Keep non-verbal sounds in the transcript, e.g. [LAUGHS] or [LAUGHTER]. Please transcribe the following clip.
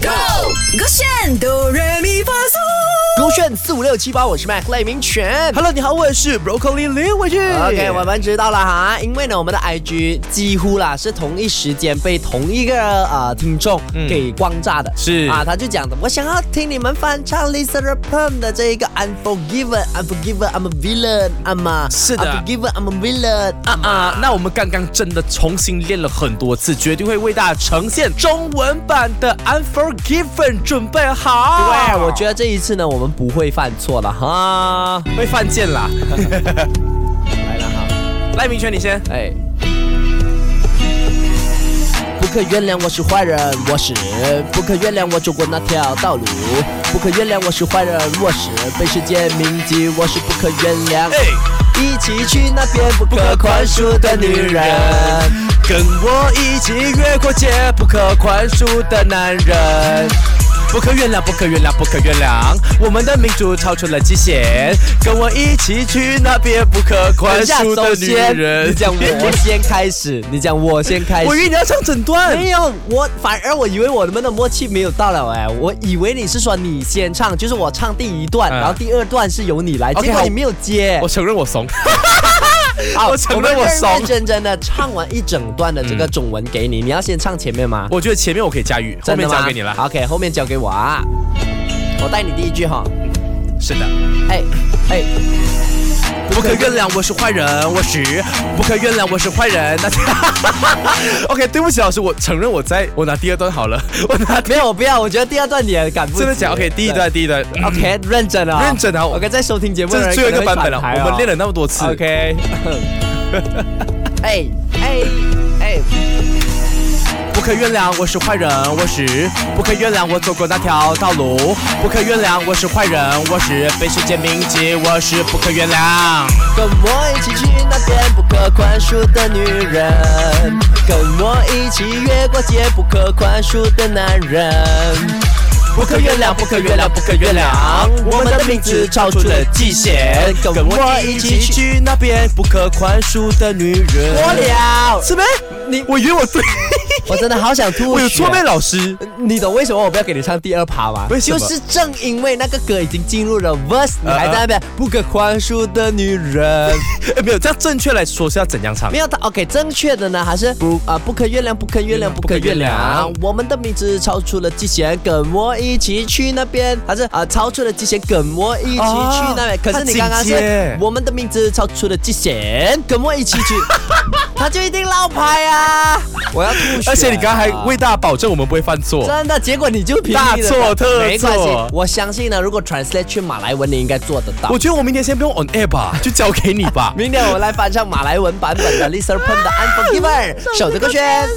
Go，勾选哆来咪发嗦。勾选四五六七八，我是 Mac 赖明全。 Hello，你好，我是 Broccoli 林伟俊。 OK，我们知道了哈，因为呢，我们的 IG 几乎啦是同一时间被同一个呃听众嗯给光炸的，是啊，他就讲的，我想要听你们翻唱 Lisa r a p u m 的这一个 Unforgiven，Unforgiven，I'm a villain，I'm a 是的 Unforgiven，I'm a villain，啊啊！那我们刚刚真的重新练了很多次，绝对会为大家呈现中文版的 Unforgiven。准备好？对，我觉得得这一次呢，我们不会犯错了哈。会犯贱啦。来了哈， [LAUGHS] 赖明全，你先。哎。不可原谅我是坏人，我是不可原谅我走过那条道路，不可原谅我是坏人，我是被世界铭记，我是不可原谅。哎，一起去那边不可宽恕的女人，跟我一起越过界不可宽恕的男人。不可原谅，不可原谅，不可原谅！我们的民主超出了极限，跟我一起去那边不可宽 [LAUGHS] 等下恕的首女先人。你讲我先开始，你讲 [LAUGHS] 我先开始。 [LAUGHS] 我以为你要唱整段。没有，我反而我以为我们的默契没有到了哎，我以为你是说你先唱，就是我唱第一段，嗯然后第二段是由你来， OK，结果好你没有接 [LAUGHS] 我。承认我怂。好我承认们我认怂认真真的唱完一整段的这个中文给你，你要先唱前面吗？我觉得前面我可以驾驭，后真的面吗交给你了。 OK，后面交给我啊。我带你第一句哈，是的，哎哎，不可原谅，我是坏人，我是不可原谅，我是坏人。那 [LAUGHS] OK，对不起老师，我承认我在，我拿第二段好了， [LAUGHS] 我拿没有，我不要，我觉得第二段你也赶不及。真的讲 OK，第一段第一段，对。OK，认真啊，认真啊我跟在收听节目的这人是最后一个版本了，可能会我们反弹练了哦那么多次。 OK，哎哎哎，不可原谅，我是坏人，我是不可原谅，我走过那条道路，不可原谅，我是坏人，我是被世界铭记，我是不可原谅。跟我一起去那边不可宽恕的女人，跟我一起越过界不可宽恕的男人。不可原谅，不可原谅，不可原谅！我们的名字超出了极限，跟我一起去那边不可宽恕的女人。过了，是没？你我以为我对，我真的好想吐 [LAUGHS] 我有血错。妹老师。你懂为什么我不要给你唱第二趴吗？为什么就是正因为那个歌已经进入了 verse，你还呃在那边不可宽恕的女人。哎， [LAUGHS] 没有，这样正确来说是要怎样唱没？有他 OK，正确的呢还是不啊、不可原谅，不可原谅，不可原谅。我们的名字超出了极限，跟我一起去那边，还是啊、超出了极限，跟我一起去那边。哦可是你刚刚他紧是接我们的名字超出了极限，跟我一起 [LAUGHS] 去，他就一定落拍啊！我要吐血。而且你刚刚还为。大家保证我们不会犯错。真的，结果你就平大地地错特没关系错，我相信呢，如果 translate 去马来文，你应该做得到。我。觉得我明天先不用 on air 吧，就交给你吧 [LAUGHS] 明天我们来翻唱马来文版本的 Lisa Pen 的 Unforgiven，守着歌圈。